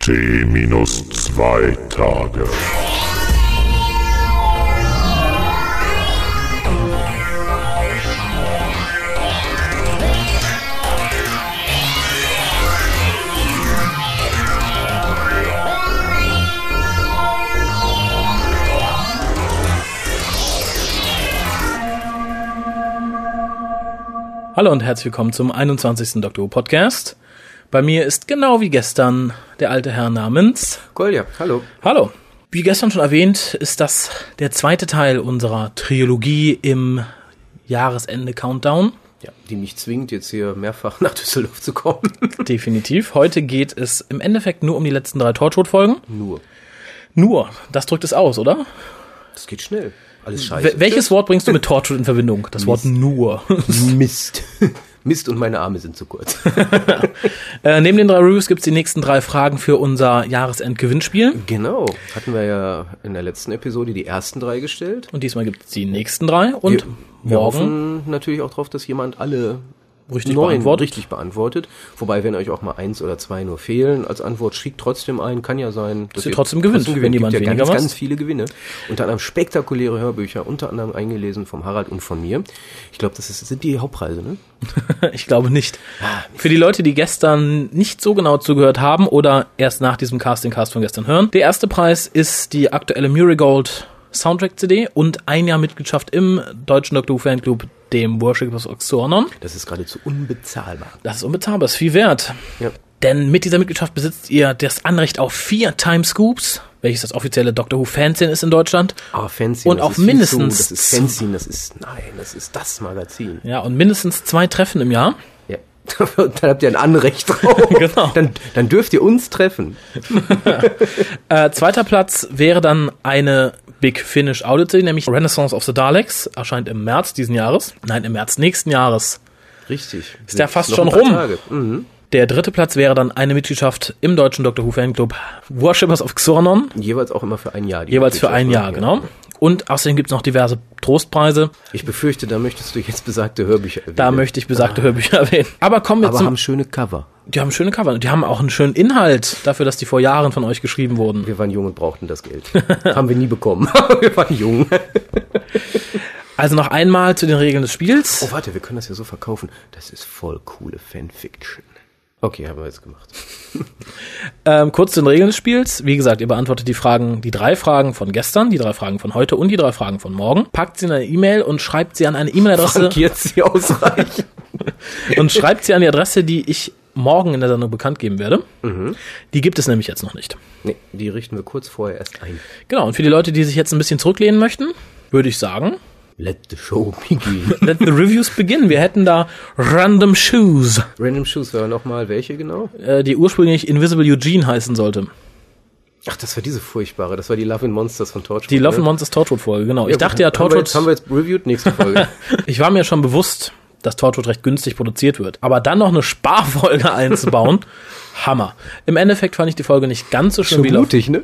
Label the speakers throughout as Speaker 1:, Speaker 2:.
Speaker 1: C minus zwei Tage.
Speaker 2: Hallo und herzlich willkommen zum 21. Doktor Who Podcast. Bei mir ist genau wie gestern der alte Herr namens.
Speaker 3: Kolja, hallo.
Speaker 2: Hallo. Wie gestern schon erwähnt, ist das der zweite Teil unserer Trilogie im Jahresende Countdown.
Speaker 3: Ja, die mich zwingt, jetzt hier mehrfach nach Düsseldorf zu kommen.
Speaker 2: Definitiv. Heute geht es im Endeffekt nur um die letzten drei Torchwood-Folgen.
Speaker 3: Nur.
Speaker 2: Nur, das drückt es aus, oder?
Speaker 3: Das geht schnell. Alles
Speaker 2: Wel-
Speaker 3: scheiße.
Speaker 2: Welches Wort bringst du mit Torchwood in Verbindung? Das Wort nur.
Speaker 3: Mist. Mist und meine Arme sind zu kurz.
Speaker 2: äh, neben den drei Reviews gibt's die nächsten drei Fragen für unser Jahresendgewinnspiel.
Speaker 3: genau. Hatten wir ja in der letzten Episode die ersten drei gestellt.
Speaker 2: Und diesmal gibt's die nächsten drei. Und
Speaker 3: wir
Speaker 2: morgen
Speaker 3: hoffen natürlich auch darauf, dass jemand alle
Speaker 2: Richtig
Speaker 3: neun
Speaker 2: beantwortet.
Speaker 3: richtig beantwortet. Wobei, wenn euch auch mal eins oder zwei nur fehlen als Antwort, schickt trotzdem ein. Kann ja sein, dass
Speaker 2: ihr trotzdem gewinnt, wenn
Speaker 3: Gibt
Speaker 2: jemand
Speaker 3: ja ganz,
Speaker 2: weniger was.
Speaker 3: ganz viele Gewinne. Unter anderem spektakuläre Hörbücher, unter anderem eingelesen vom Harald und von mir. Ich glaube, das ist, sind die Hauptpreise, ne?
Speaker 2: Ich glaube nicht. Für die Leute, die gestern nicht so genau zugehört haben oder erst nach diesem Casting-Cast von gestern hören, der erste Preis ist die aktuelle Murigold Soundtrack-CD und ein Jahr Mitgliedschaft im deutschen Doctor Who Fanclub, dem Worshippers Oxornon.
Speaker 3: Das ist geradezu unbezahlbar.
Speaker 2: Das ist unbezahlbar, ist viel wert.
Speaker 3: Ja.
Speaker 2: Denn mit dieser Mitgliedschaft besitzt ihr das Anrecht auf vier Time Scoops, welches das offizielle Doctor Who Fanzine ist in Deutschland.
Speaker 3: Aber Fancy.
Speaker 2: Und
Speaker 3: Ah, das
Speaker 2: auch
Speaker 3: ist viel
Speaker 2: mindestens
Speaker 3: Zu, das ist Fancy, das ist, nein, das ist das Magazin.
Speaker 2: Ja, und mindestens zwei Treffen im Jahr.
Speaker 3: Ja. Dann habt ihr ein Anrecht drauf.
Speaker 2: Genau.
Speaker 3: Dann, dann dürft ihr uns treffen.
Speaker 2: Äh, zweiter Platz wäre dann eine Big Finish Oddity, nämlich Renaissance of the Daleks, erscheint im März diesen Jahres. Nein, im März nächsten Jahres.
Speaker 3: Richtig.
Speaker 2: Ist ja fast
Speaker 3: Noch
Speaker 2: schon
Speaker 3: ein paar
Speaker 2: rum.
Speaker 3: Tage. Mhm.
Speaker 2: Der dritte Platz wäre dann eine Mitgliedschaft im deutschen Dr. Who Fanclub Worshippers of Xornon,
Speaker 3: Jeweils auch immer für ein Jahr. die
Speaker 2: jeweils für ein
Speaker 3: Mitgliedschaft,
Speaker 2: Jahr,
Speaker 3: ne?
Speaker 2: genau. Und außerdem gibt's noch diverse Trostpreise.
Speaker 3: Ich befürchte, da möchtest du jetzt besagte Hörbücher erwähnen.
Speaker 2: Da möchte ich besagte Hörbücher erwähnen. Aber kommen wir
Speaker 3: Ah. Aber
Speaker 2: zum...
Speaker 3: haben schöne Cover.
Speaker 2: die haben schöne Cover und die haben auch einen schönen Inhalt dafür, dass die vor Jahren von euch geschrieben wurden.
Speaker 3: Wir waren jung und brauchten das Geld. haben wir nie bekommen. wir waren jung.
Speaker 2: Also noch einmal zu den Regeln des Spiels.
Speaker 3: Oh, warte, wir können das ja so verkaufen. Das ist voll coole Fanfiction. Okay, haben wir jetzt gemacht.
Speaker 2: Ähm, kurz zu den Regeln des Spiels. Wie gesagt, ihr beantwortet die Fragen, die drei Fragen von gestern, die drei Fragen von heute und die drei Fragen von morgen. Packt sie in eine E-Mail und schreibt sie an eine E-Mail-Adresse
Speaker 3: Frankiert sie ausreichend.
Speaker 2: und schreibt sie an die Adresse, die ich morgen in der Sendung bekannt geben werde.
Speaker 3: Mhm.
Speaker 2: Die gibt es nämlich jetzt noch nicht.
Speaker 3: nee, die richten wir kurz vorher erst ein.
Speaker 2: Genau, und für die Leute, die sich jetzt ein bisschen zurücklehnen möchten, würde ich sagen,
Speaker 3: Let the show begin.
Speaker 2: let the reviews beginnen. Wir hätten da Random Shoes,
Speaker 3: Random Shoes, war nochmal welche genau?
Speaker 2: äh, die ursprünglich Invisible Eugene heißen sollte.
Speaker 3: Ach, das war diese furchtbare. Das war die Love and Monsters von Torchwood.
Speaker 2: Die Love and
Speaker 3: ne?
Speaker 2: Monsters Torchwood-Folge, genau. Ich
Speaker 3: Ja,
Speaker 2: dachte ja,
Speaker 3: haben wir,
Speaker 2: Torchwood...
Speaker 3: jetzt, haben wir jetzt reviewed? Nächste Folge.
Speaker 2: Ich war mir schon bewusst, dass Torchwood recht günstig produziert wird. Aber dann noch eine Sparfolge einzubauen, Hammer. Im Endeffekt fand ich die Folge nicht ganz so schlimm wie Love.
Speaker 3: mutig, ne?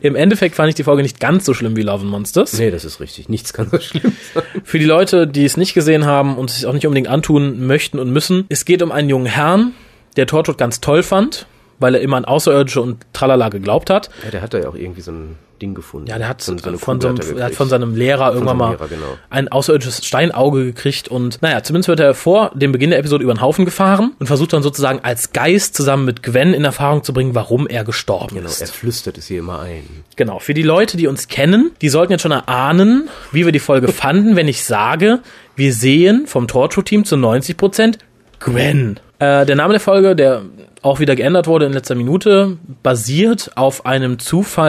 Speaker 2: Im Endeffekt fand ich die Folge nicht ganz so schlimm wie Love and Monsters.
Speaker 3: Nee, das ist richtig. Nichts kann so schlimm sein.
Speaker 2: Für die Leute, die es nicht gesehen haben und es sich auch nicht unbedingt antun möchten und müssen, es geht um einen jungen Herrn, der Torchwood ganz toll fand, weil er immer an Außerirdische und Tralala geglaubt hat.
Speaker 3: Ja, der hat da ja auch irgendwie so ein Ding gefunden.
Speaker 2: Ja, der hat,
Speaker 3: so, eine- so eine
Speaker 2: von,
Speaker 3: Kugel
Speaker 2: so einem,
Speaker 3: hat
Speaker 2: der
Speaker 3: er
Speaker 2: hat
Speaker 3: gekriegt.
Speaker 2: von seinem Lehrer irgendwann
Speaker 3: seinem
Speaker 2: mal
Speaker 3: Lehrer, genau.
Speaker 2: ein außerirdisches Steinauge gekriegt und naja, zumindest wird er vor dem Beginn der Episode über den Haufen gefahren und versucht dann sozusagen als Geist zusammen mit Gwen in Erfahrung zu bringen, warum er gestorben
Speaker 3: Genau, er
Speaker 2: ist.
Speaker 3: flüstert es hier immer ein.
Speaker 2: Genau, für die Leute, die uns kennen, die sollten jetzt schon erahnen, wie wir die Folge fanden, wenn ich sage, wir sehen vom Torture-Team zu 90% Gwen. Äh, der Name der Folge, der auch wieder geändert wurde in letzter Minute, basiert auf einem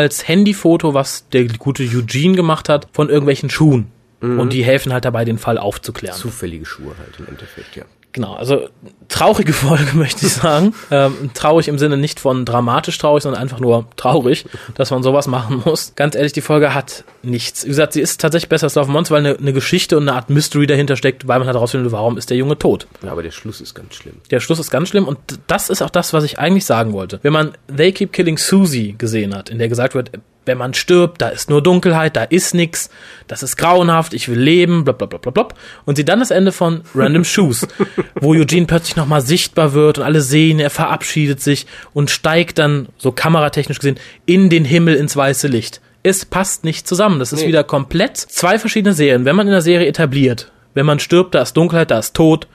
Speaker 2: Zufalls-Handyfoto, was der gute Eugene gemacht hat, von irgendwelchen Schuhen. Und die helfen halt dabei, den Fall aufzuklären.
Speaker 3: Zufällige Schuhe halt im Endeffekt, ja.
Speaker 2: Genau, also traurige Folge, möchte ich sagen. ähm, traurig im Sinne nicht von dramatisch traurig, sondern einfach nur traurig, dass man sowas machen muss. Ganz ehrlich, die Folge hat nichts. Wie gesagt, sie ist tatsächlich besser als Love and Monster, weil eine, eine Geschichte und eine Art Mystery dahinter steckt, weil man herausfinden will, warum ist der Junge tot.
Speaker 3: ja. Aber der Schluss ist ganz schlimm.
Speaker 2: Der Schluss ist ganz schlimm und d- das ist auch das, was ich eigentlich sagen wollte. Wenn man They Keep Killing Susie gesehen hat, in der gesagt wird, wenn man stirbt, da ist nur Dunkelheit, da ist nix, das ist grauenhaft, ich will leben, blub, blub, blub, blub, blub. Und sie dann das Ende von Random Shoes, wo Eugene plötzlich nochmal sichtbar wird und alle sehen, er verabschiedet sich und steigt dann, so kameratechnisch gesehen, in den Himmel ins weiße Licht. Es passt nicht zusammen. Das ist
Speaker 3: Nee.
Speaker 2: wieder komplett zwei verschiedene Serien. Wenn man in der Serie etabliert, wenn man stirbt, da ist Dunkelheit, da ist Tod,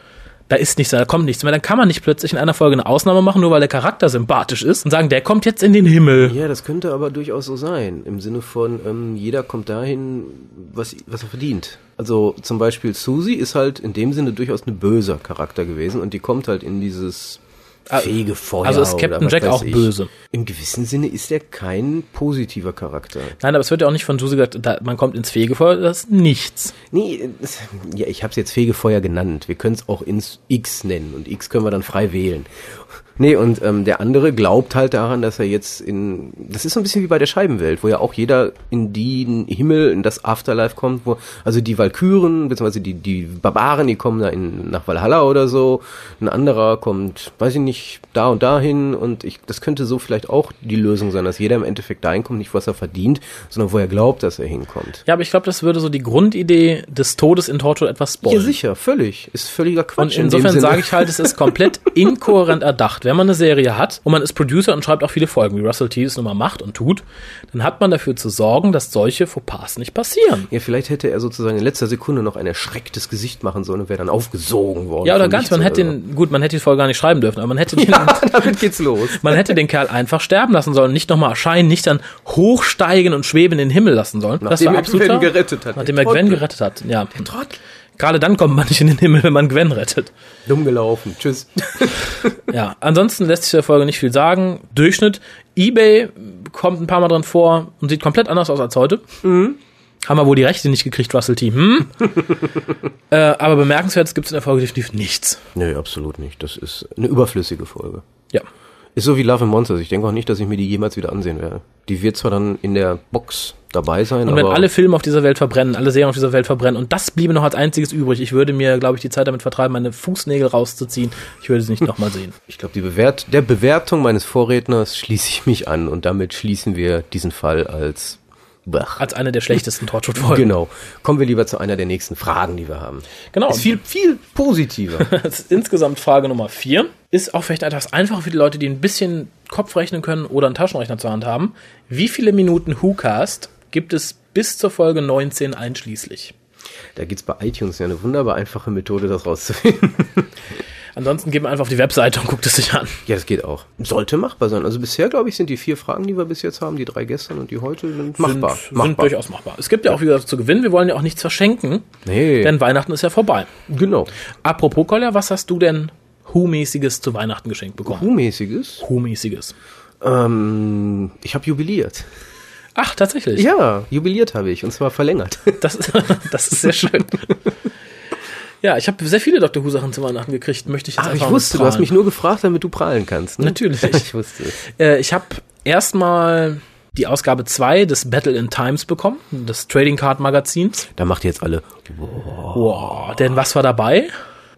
Speaker 2: da ist nichts, mehr, da kommt nichts mehr, dann kann man nicht plötzlich in einer Folge eine Ausnahme machen, nur weil der Charakter sympathisch ist und sagen, der kommt jetzt in den Himmel.
Speaker 3: Ja, das könnte aber durchaus so sein. Im Sinne von, ähm, jeder kommt dahin, was, was er verdient. Also zum Beispiel Susie ist halt in dem Sinne durchaus ein böser Charakter gewesen und die kommt halt in dieses fege Feuer.
Speaker 2: also ist
Speaker 3: oder
Speaker 2: Captain
Speaker 3: was
Speaker 2: Jack
Speaker 3: weiß
Speaker 2: auch böse?
Speaker 3: Im gewissen Sinne ist er kein positiver Charakter.
Speaker 2: Nein, aber es wird ja auch nicht von Susi gesagt, da, man kommt ins Fegefeuer, das ist nichts.
Speaker 3: Nee, das, ja, ich habe es jetzt Fegefeuer genannt. Wir können es auch ins X nennen und X können wir dann frei wählen. Nee, und ähm, der andere glaubt halt daran, dass er jetzt in. Das ist so ein bisschen wie bei der Scheibenwelt, wo ja auch jeder in den Himmel, in das Afterlife kommt, wo. Also die Walküren, beziehungsweise die, die Barbaren, die kommen da in, nach Valhalla oder so. Ein anderer kommt, weiß ich nicht, da und dahin. Und ich, das könnte so vielleicht auch die Lösung sein, dass jeder im Endeffekt dahin kommt, nicht was er verdient, sondern wo er glaubt, dass er hinkommt.
Speaker 2: Ja, aber ich glaube, das würde so die Grundidee des Todes in Torture etwas spoilern.
Speaker 3: Ja, sicher, völlig. Ist völliger
Speaker 2: Und
Speaker 3: Quatsch. in dem
Speaker 2: insofern
Speaker 3: Sinne.
Speaker 2: sage ich halt, es ist komplett inkohärent erdacht. Wenn man eine Serie hat und man ist Producer und schreibt auch viele Folgen, wie Russell T. es nun mal macht und tut, dann hat man dafür zu sorgen, dass solche Fauxpas nicht passieren.
Speaker 3: Ja, vielleicht hätte er sozusagen in letzter Sekunde noch ein erschrecktes Gesicht machen sollen und wäre dann aufgesogen worden.
Speaker 2: Ja, oder
Speaker 3: von
Speaker 2: ganz,
Speaker 3: nichts
Speaker 2: man hätte
Speaker 3: oder
Speaker 2: den, gut, man hätte die Folge gar nicht schreiben dürfen, aber man hätte den,
Speaker 3: so. Damit geht's los.
Speaker 2: man hätte den Kerl einfach sterben lassen sollen, nicht nochmal erscheinen, nicht dann hochsteigen und schweben in den Himmel lassen sollen. das
Speaker 3: Nachdem
Speaker 2: war
Speaker 3: er
Speaker 2: absolut.
Speaker 3: Gwen gerettet hat.
Speaker 2: Nachdem
Speaker 3: Der
Speaker 2: er Gwen
Speaker 3: Trottel.
Speaker 2: gerettet hat, ja.
Speaker 3: Trottel.
Speaker 2: Gerade dann kommt man nicht in den Himmel, wenn man Gwen rettet.
Speaker 3: Dumm gelaufen. Tschüss.
Speaker 2: Ja, ansonsten lässt sich der Folge nicht viel sagen. Durchschnitt. Ebay kommt ein paar Mal drin vor und sieht komplett anders aus als heute.
Speaker 3: Mhm.
Speaker 2: Haben wir wohl die Rechte nicht gekriegt, Russell T. Hm? äh, aber bemerkenswertes gibt's in der Folge definitiv nichts.
Speaker 3: Nee, absolut nicht. Das ist eine überflüssige Folge.
Speaker 2: Ja.
Speaker 3: Ist so wie Love and Monsters. Ich denke auch nicht, dass ich mir die jemals wieder ansehen werde. Die wird zwar dann in der Box dabei sein,
Speaker 2: Und wenn
Speaker 3: aber
Speaker 2: alle Filme auf dieser Welt verbrennen, alle Serien auf dieser Welt verbrennen und das bliebe noch als einziges übrig, ich würde mir, glaube ich, die Zeit damit vertreiben, meine Fußnägel rauszuziehen. Ich würde sie nicht nochmal sehen.
Speaker 3: ich glaube, die Bewert der Bewertung meines Vorredners schließe ich mich an und damit schließen wir diesen Fall als Bach.
Speaker 2: Als eine der schlechtesten Torture-Folgen.
Speaker 3: Genau. Kommen wir lieber zu einer der nächsten Fragen, die wir haben.
Speaker 2: Genau.
Speaker 3: Ist viel, viel positiver.
Speaker 2: Das ist insgesamt Frage Nummer vier. Ist auch vielleicht etwas einfacher für die Leute, die ein bisschen Kopf rechnen können oder einen Taschenrechner zur Hand haben. Wie viele Minuten WhoCast gibt es bis zur Folge 19 einschließlich?
Speaker 3: da gibt's bei iTunes ja eine wunderbar einfache Methode, das rauszufinden.
Speaker 2: Ansonsten geht man einfach auf die Webseite und guckt es sich an.
Speaker 3: Ja, das geht auch. Sollte machbar sein. Also bisher, glaube ich, sind die vier Fragen, die wir bis jetzt haben, die drei gestern und die heute, sind machbar.
Speaker 2: Sind, sind
Speaker 3: machbar.
Speaker 2: durchaus machbar. Es gibt ja auch wieder was zu gewinnen. Wir wollen ja auch nichts verschenken,
Speaker 3: Nee.
Speaker 2: denn Weihnachten ist ja vorbei.
Speaker 3: genau.
Speaker 2: Apropos Kolja, was hast du denn Who-mäßiges zu Weihnachten geschenkt bekommen?
Speaker 3: Q-mäßiges.
Speaker 2: Who-mäßiges.
Speaker 3: Ähm, ich habe jubiliert.
Speaker 2: Ach, tatsächlich.
Speaker 3: Ja, jubiliert habe ich und zwar verlängert.
Speaker 2: Das, das ist sehr schön. Ja, ich habe sehr viele Dr. Who-Sachen zu Weihnachten gekriegt, möchte ich jetzt
Speaker 3: Ach,
Speaker 2: einfach
Speaker 3: Ah, Also ich
Speaker 2: mal
Speaker 3: wusste, du hast
Speaker 2: prahlen.
Speaker 3: mich nur gefragt, damit du prahlen kannst. Ne?
Speaker 2: Natürlich.
Speaker 3: Ich wusste. es.
Speaker 2: Äh, ich habe erstmal die Ausgabe 2 des Battle in Times bekommen, des Trading Card Magazins.
Speaker 3: Da macht ihr jetzt alle. Oh.
Speaker 2: Wow. Denn was war dabei?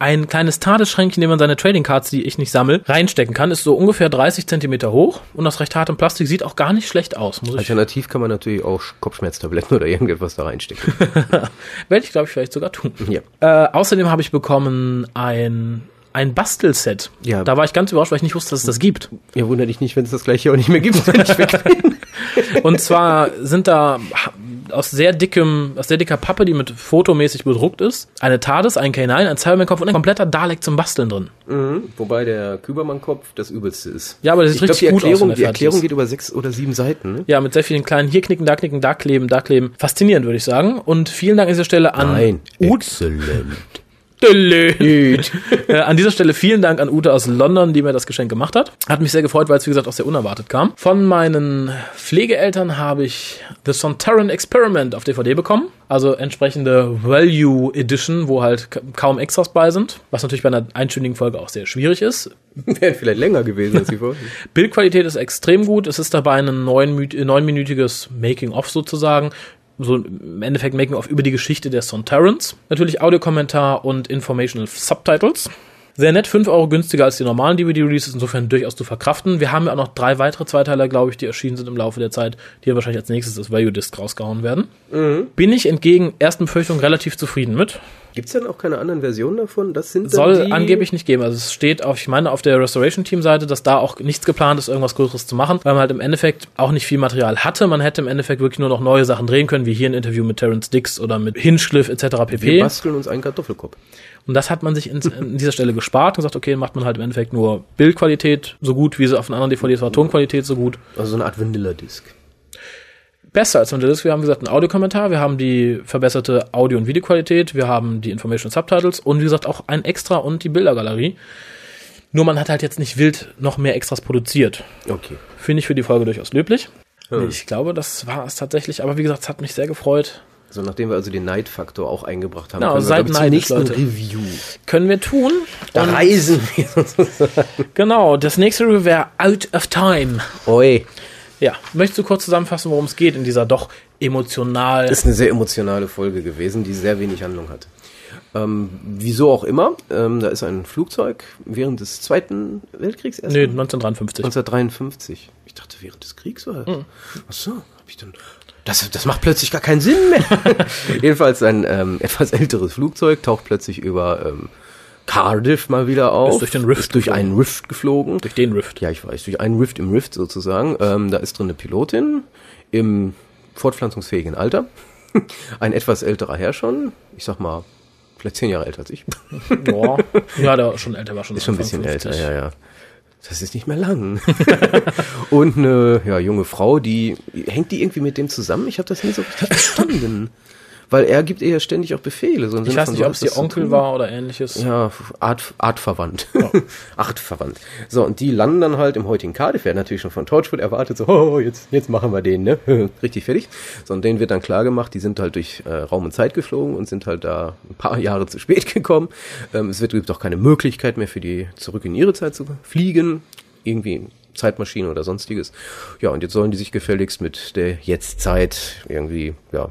Speaker 2: Ein kleines Tadeschränkchen, in dem man seine Trading Cards, die ich nicht sammel, reinstecken kann. Ist so ungefähr 30 Zentimeter hoch und aus recht hartem Plastik sieht auch gar nicht schlecht aus. Muss ich,
Speaker 3: Alternativ kann man natürlich auch Kopfschmerztabletten oder irgendetwas da reinstecken.
Speaker 2: werde ich, glaube ich, vielleicht sogar tun.
Speaker 3: Ja.
Speaker 2: Äh, außerdem habe ich bekommen ein, ein Bastelset.
Speaker 3: Ja.
Speaker 2: Da war ich ganz überrascht, weil ich nicht wusste, dass es das gibt.
Speaker 3: Ja, wundert dich nicht, wenn es das gleiche auch nicht mehr gibt. wenn ich weg-
Speaker 2: Und zwar sind da aus sehr dickem, aus sehr dicker Pappe, die mit fotomäßig bedruckt ist, eine TARDIS, ein K9, ein Cyberman-Kopf und ein kompletter Dalek zum Basteln drin.
Speaker 3: Wobei der Kübermann-Kopf das Übelste ist.
Speaker 2: Ja, aber das sieht
Speaker 3: ich glaub,
Speaker 2: richtig
Speaker 3: die
Speaker 2: gut aus, wenn
Speaker 3: Erklärung,
Speaker 2: der
Speaker 3: Die
Speaker 2: fertig
Speaker 3: Erklärung
Speaker 2: ist.
Speaker 3: geht über sechs oder sieben Seiten. Ne?
Speaker 2: Ja, mit sehr vielen kleinen hier knicken, da knicken, da kleben, da kleben. Faszinierend, würde ich sagen. Und vielen Dank an dieser Stelle an Ute.
Speaker 3: Exzellent.
Speaker 2: Äh, an dieser Stelle vielen Dank an Ute aus London, die mir das Geschenk gemacht hat. Hat mich sehr gefreut, weil es wie gesagt auch sehr unerwartet kam. Von meinen Pflegeeltern habe ich The Sontaran Experiment auf DVD bekommen. Also entsprechende Value Edition, wo halt ka- kaum Extras bei sind. Was natürlich bei einer einstündigen Folge auch sehr schwierig ist.
Speaker 3: Wäre vielleicht länger gewesen als die vorher.
Speaker 2: Bildqualität ist extrem gut. Es ist dabei ein neunmü- äh, neunminütiges Making-of sozusagen. So im Endeffekt Making-of über die Geschichte der Sontarans. Natürlich Audiokommentar und Informational Subtitles. Sehr nett, 5 Euro günstiger als die normalen DVD-Releases, insofern durchaus zu verkraften. Wir haben ja auch noch drei weitere Zweiteiler, glaube ich, die erschienen sind im Laufe der Zeit, die ja wahrscheinlich als nächstes als Value-Disc rausgehauen werden. Bin ich entgegen ersten Befürchtungen relativ zufrieden mit.
Speaker 3: Gibt's denn auch keine anderen Versionen davon? Das sind dann
Speaker 2: Soll
Speaker 3: die-
Speaker 2: angeblich nicht geben. Also es steht auf, ich meine, auf der Restoration-Team-Seite, dass da auch nichts geplant ist, irgendwas Größeres zu machen, weil man halt im Endeffekt auch nicht viel Material hatte. Man hätte im Endeffekt wirklich nur noch neue Sachen drehen können, wie hier ein Interview mit Terence Dix oder mit Hinschliff etc.
Speaker 3: Wir
Speaker 2: pp.
Speaker 3: basteln uns einen Kartoffelkopf.
Speaker 2: Und das hat man sich ins, an dieser Stelle gespart und gesagt, okay, macht man halt im Endeffekt nur Bildqualität so gut, wie sie auf den anderen DVDs war, Tonqualität so gut.
Speaker 3: Also so eine Art Vanilla-Disc.
Speaker 2: Besser als Vanilla Disc. Wir haben wie gesagt einen Audiokommentar, wir haben die verbesserte Audio- und Videoqualität, wir haben die Information Subtitles und wie gesagt auch ein Extra und die Bildergalerie. Nur man hat halt jetzt nicht wild noch mehr Extras produziert.
Speaker 3: Okay.
Speaker 2: Finde ich für die Folge durchaus löblich. Ich glaube, das war es tatsächlich. Aber wie gesagt, es hat mich sehr gefreut.
Speaker 3: So, nachdem wir also den Neidfaktor auch eingebracht haben,
Speaker 2: Genau,
Speaker 3: können wir,
Speaker 2: seid
Speaker 3: glaub ich, zum
Speaker 2: neidisch,
Speaker 3: nächsten
Speaker 2: Leute.
Speaker 3: Review.
Speaker 2: Können wir tun.
Speaker 3: Da reisen wir
Speaker 2: Genau, das nächste Review wäre Out of Time.
Speaker 3: Oi.
Speaker 2: Ja, möchtest du kurz zusammenfassen, worum es geht in dieser doch emotional.
Speaker 3: Das ist eine sehr emotionale Folge gewesen, die sehr wenig Handlung hat. Ähm, wieso auch immer, ähm, da ist ein Flugzeug während des Zweiten Weltkriegs erst
Speaker 2: Nö, 1953.
Speaker 3: 1953. Ich dachte, während des Kriegs
Speaker 2: Hm.
Speaker 3: war das. Ach so, hab ich dann. Das, das macht plötzlich gar keinen Sinn mehr. Jedenfalls ein ähm, etwas älteres Flugzeug taucht plötzlich über ähm, Cardiff mal wieder auf.
Speaker 2: Ist durch den Rift
Speaker 3: Ist durch
Speaker 2: geflogen.
Speaker 3: einen Rift geflogen.
Speaker 2: Durch den Rift.
Speaker 3: Ja, ich weiß, durch einen Rift im Rift sozusagen. Ähm, da ist drin eine Pilotin im fortpflanzungsfähigen Alter. Ein etwas älterer Herr schon. Ich sag mal, vielleicht zehn Jahre älter als ich.
Speaker 2: Boah. Ja, der war schon älter, war schon.
Speaker 3: Ist schon ein bisschen älter, ja, ja. Das ist nicht mehr lang. Und eine ja, junge Frau, die hängt die irgendwie mit dem zusammen? Ich habe das nie so richtig verstanden. Weil er gibt ihr ja ständig auch Befehle. So im
Speaker 2: Ich
Speaker 3: Sinne
Speaker 2: weiß
Speaker 3: von,
Speaker 2: nicht,
Speaker 3: so
Speaker 2: ob es
Speaker 3: hast
Speaker 2: ihr
Speaker 3: das zu
Speaker 2: Onkel
Speaker 3: tun.
Speaker 2: war oder ähnliches.
Speaker 3: Ja, Art, artverwandt. artverwandt. So, und die landen dann halt im heutigen Cardiff, werden natürlich schon von Torchwood erwartet, so, oh, jetzt, jetzt machen wir den, ne? Richtig fertig. So, und denen wird dann klar gemacht, die sind halt durch äh, Raum und Zeit geflogen und sind halt da ein paar Jahre zu spät gekommen. Ähm, es wird gibt auch keine Möglichkeit mehr für die zurück in ihre Zeit zu fliegen. Irgendwie Zeitmaschine oder sonstiges. Ja, und jetzt sollen die sich gefälligst mit der Jetztzeit irgendwie, ja,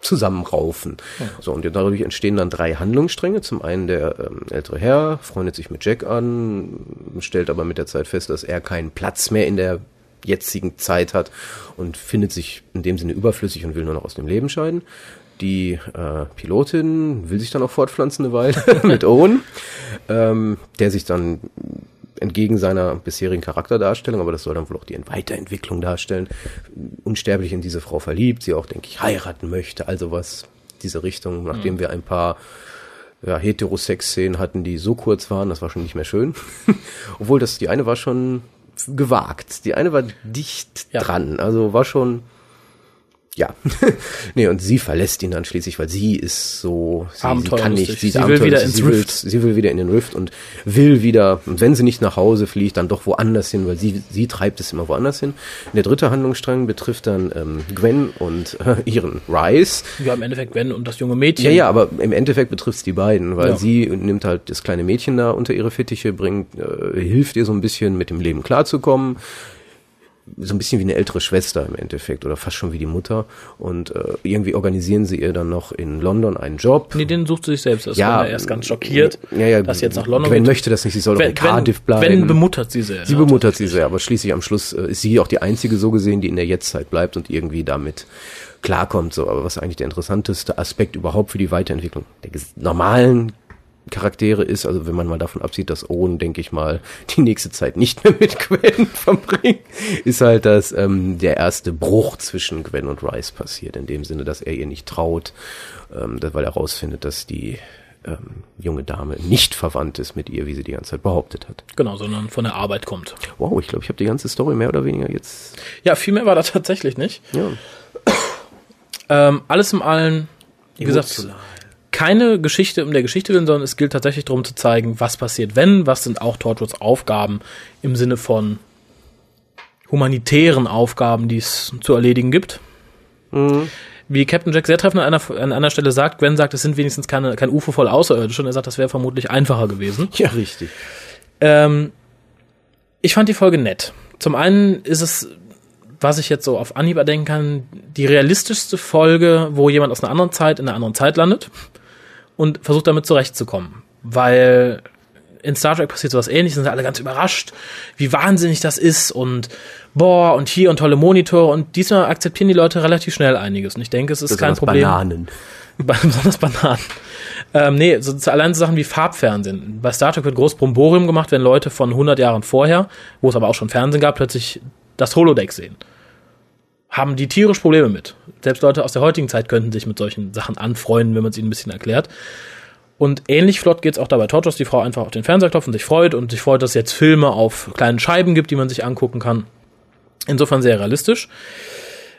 Speaker 3: zusammenraufen. So, und dadurch entstehen dann drei Handlungsstränge. Zum einen der ähm, ältere Herr freundet sich mit Jack an, stellt aber mit der Zeit fest, dass er keinen Platz mehr in der jetzigen Zeit hat und findet sich in dem Sinne überflüssig und will nur noch aus dem Leben scheiden. Die äh, Pilotin will sich dann auch fortpflanzen eine Weile mit Owen, ähm, der sich dann entgegen seiner bisherigen Charakterdarstellung, aber das soll dann wohl auch die Weiterentwicklung darstellen, unsterblich in diese Frau verliebt, sie auch, denke ich, heiraten möchte, also was, diese Richtung, nachdem wir ein paar ja, Heterosex-Szenen hatten, die so kurz waren, das war schon nicht mehr schön. Obwohl, das, die eine war schon gewagt, die eine war dicht
Speaker 2: Ja.
Speaker 3: dran, also war schon, ja. nee, und sie verlässt ihn dann schließlich, weil sie ist so, sie, sie kann
Speaker 2: Abenteuerlustig.
Speaker 3: nicht, sie, ist
Speaker 2: Sie will
Speaker 3: abenteuerlustig,
Speaker 2: wieder ins
Speaker 3: sie will-
Speaker 2: Rift.
Speaker 3: sie will wieder in den Rift und will wieder, und wenn sie nicht nach Hause fliegt, dann doch woanders hin, weil sie, sie treibt es immer woanders hin. Der dritte Handlungsstrang betrifft dann ähm, Gwen und äh, ihren Rice.
Speaker 2: Ja, im Endeffekt Ben und das junge Mädchen.
Speaker 3: Ja, ja, aber im Endeffekt betrifft es die beiden, weil
Speaker 2: Ja.
Speaker 3: sie nimmt halt das kleine Mädchen da unter ihre Fittiche, bringt, äh, hilft ihr so ein bisschen mit dem Leben klarzukommen. So ein bisschen wie eine ältere Schwester im Endeffekt oder fast schon wie die Mutter. Und äh, irgendwie organisieren sie ihr dann noch in London einen Job.
Speaker 2: Nee, den sucht sie sich selbst. Das war er erst ganz schockiert,
Speaker 3: Ja, ja,
Speaker 2: dass sie jetzt nach London
Speaker 3: Gwen
Speaker 2: geht.
Speaker 3: möchte das nicht, sie soll doch in
Speaker 2: Wenn,
Speaker 3: Cardiff
Speaker 2: wenn, wenn
Speaker 3: bleiben.
Speaker 2: bemuttert sie sehr.
Speaker 3: sie bemuttert sie sehr, aber schließlich am Schluss äh, ist sie auch die einzige so gesehen, die in der Jetztzeit bleibt und irgendwie damit klarkommt. So, aber was eigentlich der interessanteste Aspekt überhaupt für die Weiterentwicklung der ges- normalen Charaktere ist, also wenn man mal davon absieht, dass Owen, denke ich mal, die nächste Zeit nicht mehr mit Gwen verbringt, ist halt, dass ähm, der erste Bruch zwischen Gwen und Rice passiert, in dem Sinne, dass er ihr nicht traut, ähm, da- weil er herausfindet, dass die ähm, junge Dame nicht verwandt ist mit ihr, wie sie die ganze Zeit behauptet hat.
Speaker 2: Genau, sondern von der Arbeit kommt.
Speaker 3: Wow, ich glaube, ich habe die ganze Story mehr oder weniger jetzt.
Speaker 2: Ja, viel mehr war da tatsächlich nicht.
Speaker 3: Ja.
Speaker 2: Ähm, alles im Allen, wie gesagt, keine Geschichte um der Geschichte willen, sondern es gilt tatsächlich darum zu zeigen, was passiert, wenn, was sind auch Torchwoods Aufgaben im Sinne von humanitären Aufgaben, die es zu erledigen gibt. Wie Captain Jack sehr treffend an einer, an einer Stelle sagt, Gwen sagt, es sind wenigstens keine, kein UFO voll Außerirdische und er sagt, das wäre vermutlich einfacher gewesen.
Speaker 3: Ja, richtig.
Speaker 2: Ähm, ich fand die Folge nett. Zum einen ist es, was ich jetzt so auf Anhieb erdenken kann, die realistischste Folge, wo jemand aus einer anderen Zeit in einer anderen Zeit landet und versucht damit zurechtzukommen. Weil in Star Trek passiert sowas ähnliches, sind alle ganz überrascht, wie wahnsinnig das ist und boah und hier und tolle Monitore und diesmal akzeptieren die Leute relativ schnell einiges und ich denke, es ist kein
Speaker 3: Besonders
Speaker 2: Problem. Halt
Speaker 3: Bananen.
Speaker 2: Besonders Bananen. Ähm, nee, so, so- allein so Sachen wie Farbfernsehen. Bei Star Trek wird groß Bromborium gemacht, wenn Leute von 100 Jahren vorher, wo es aber auch schon Fernsehen gab, plötzlich das Holodeck sehen. Haben die tierisch Probleme mit. Selbst Leute aus der heutigen Zeit könnten sich mit solchen Sachen anfreunden, wenn man es ihnen ein bisschen erklärt. Und ähnlich flott geht's auch dabei Totos, die Frau einfach auf den Fernseher klopft und sich freut und sich freut, dass es jetzt Filme auf kleinen Scheiben gibt, die man sich angucken kann. Insofern sehr realistisch.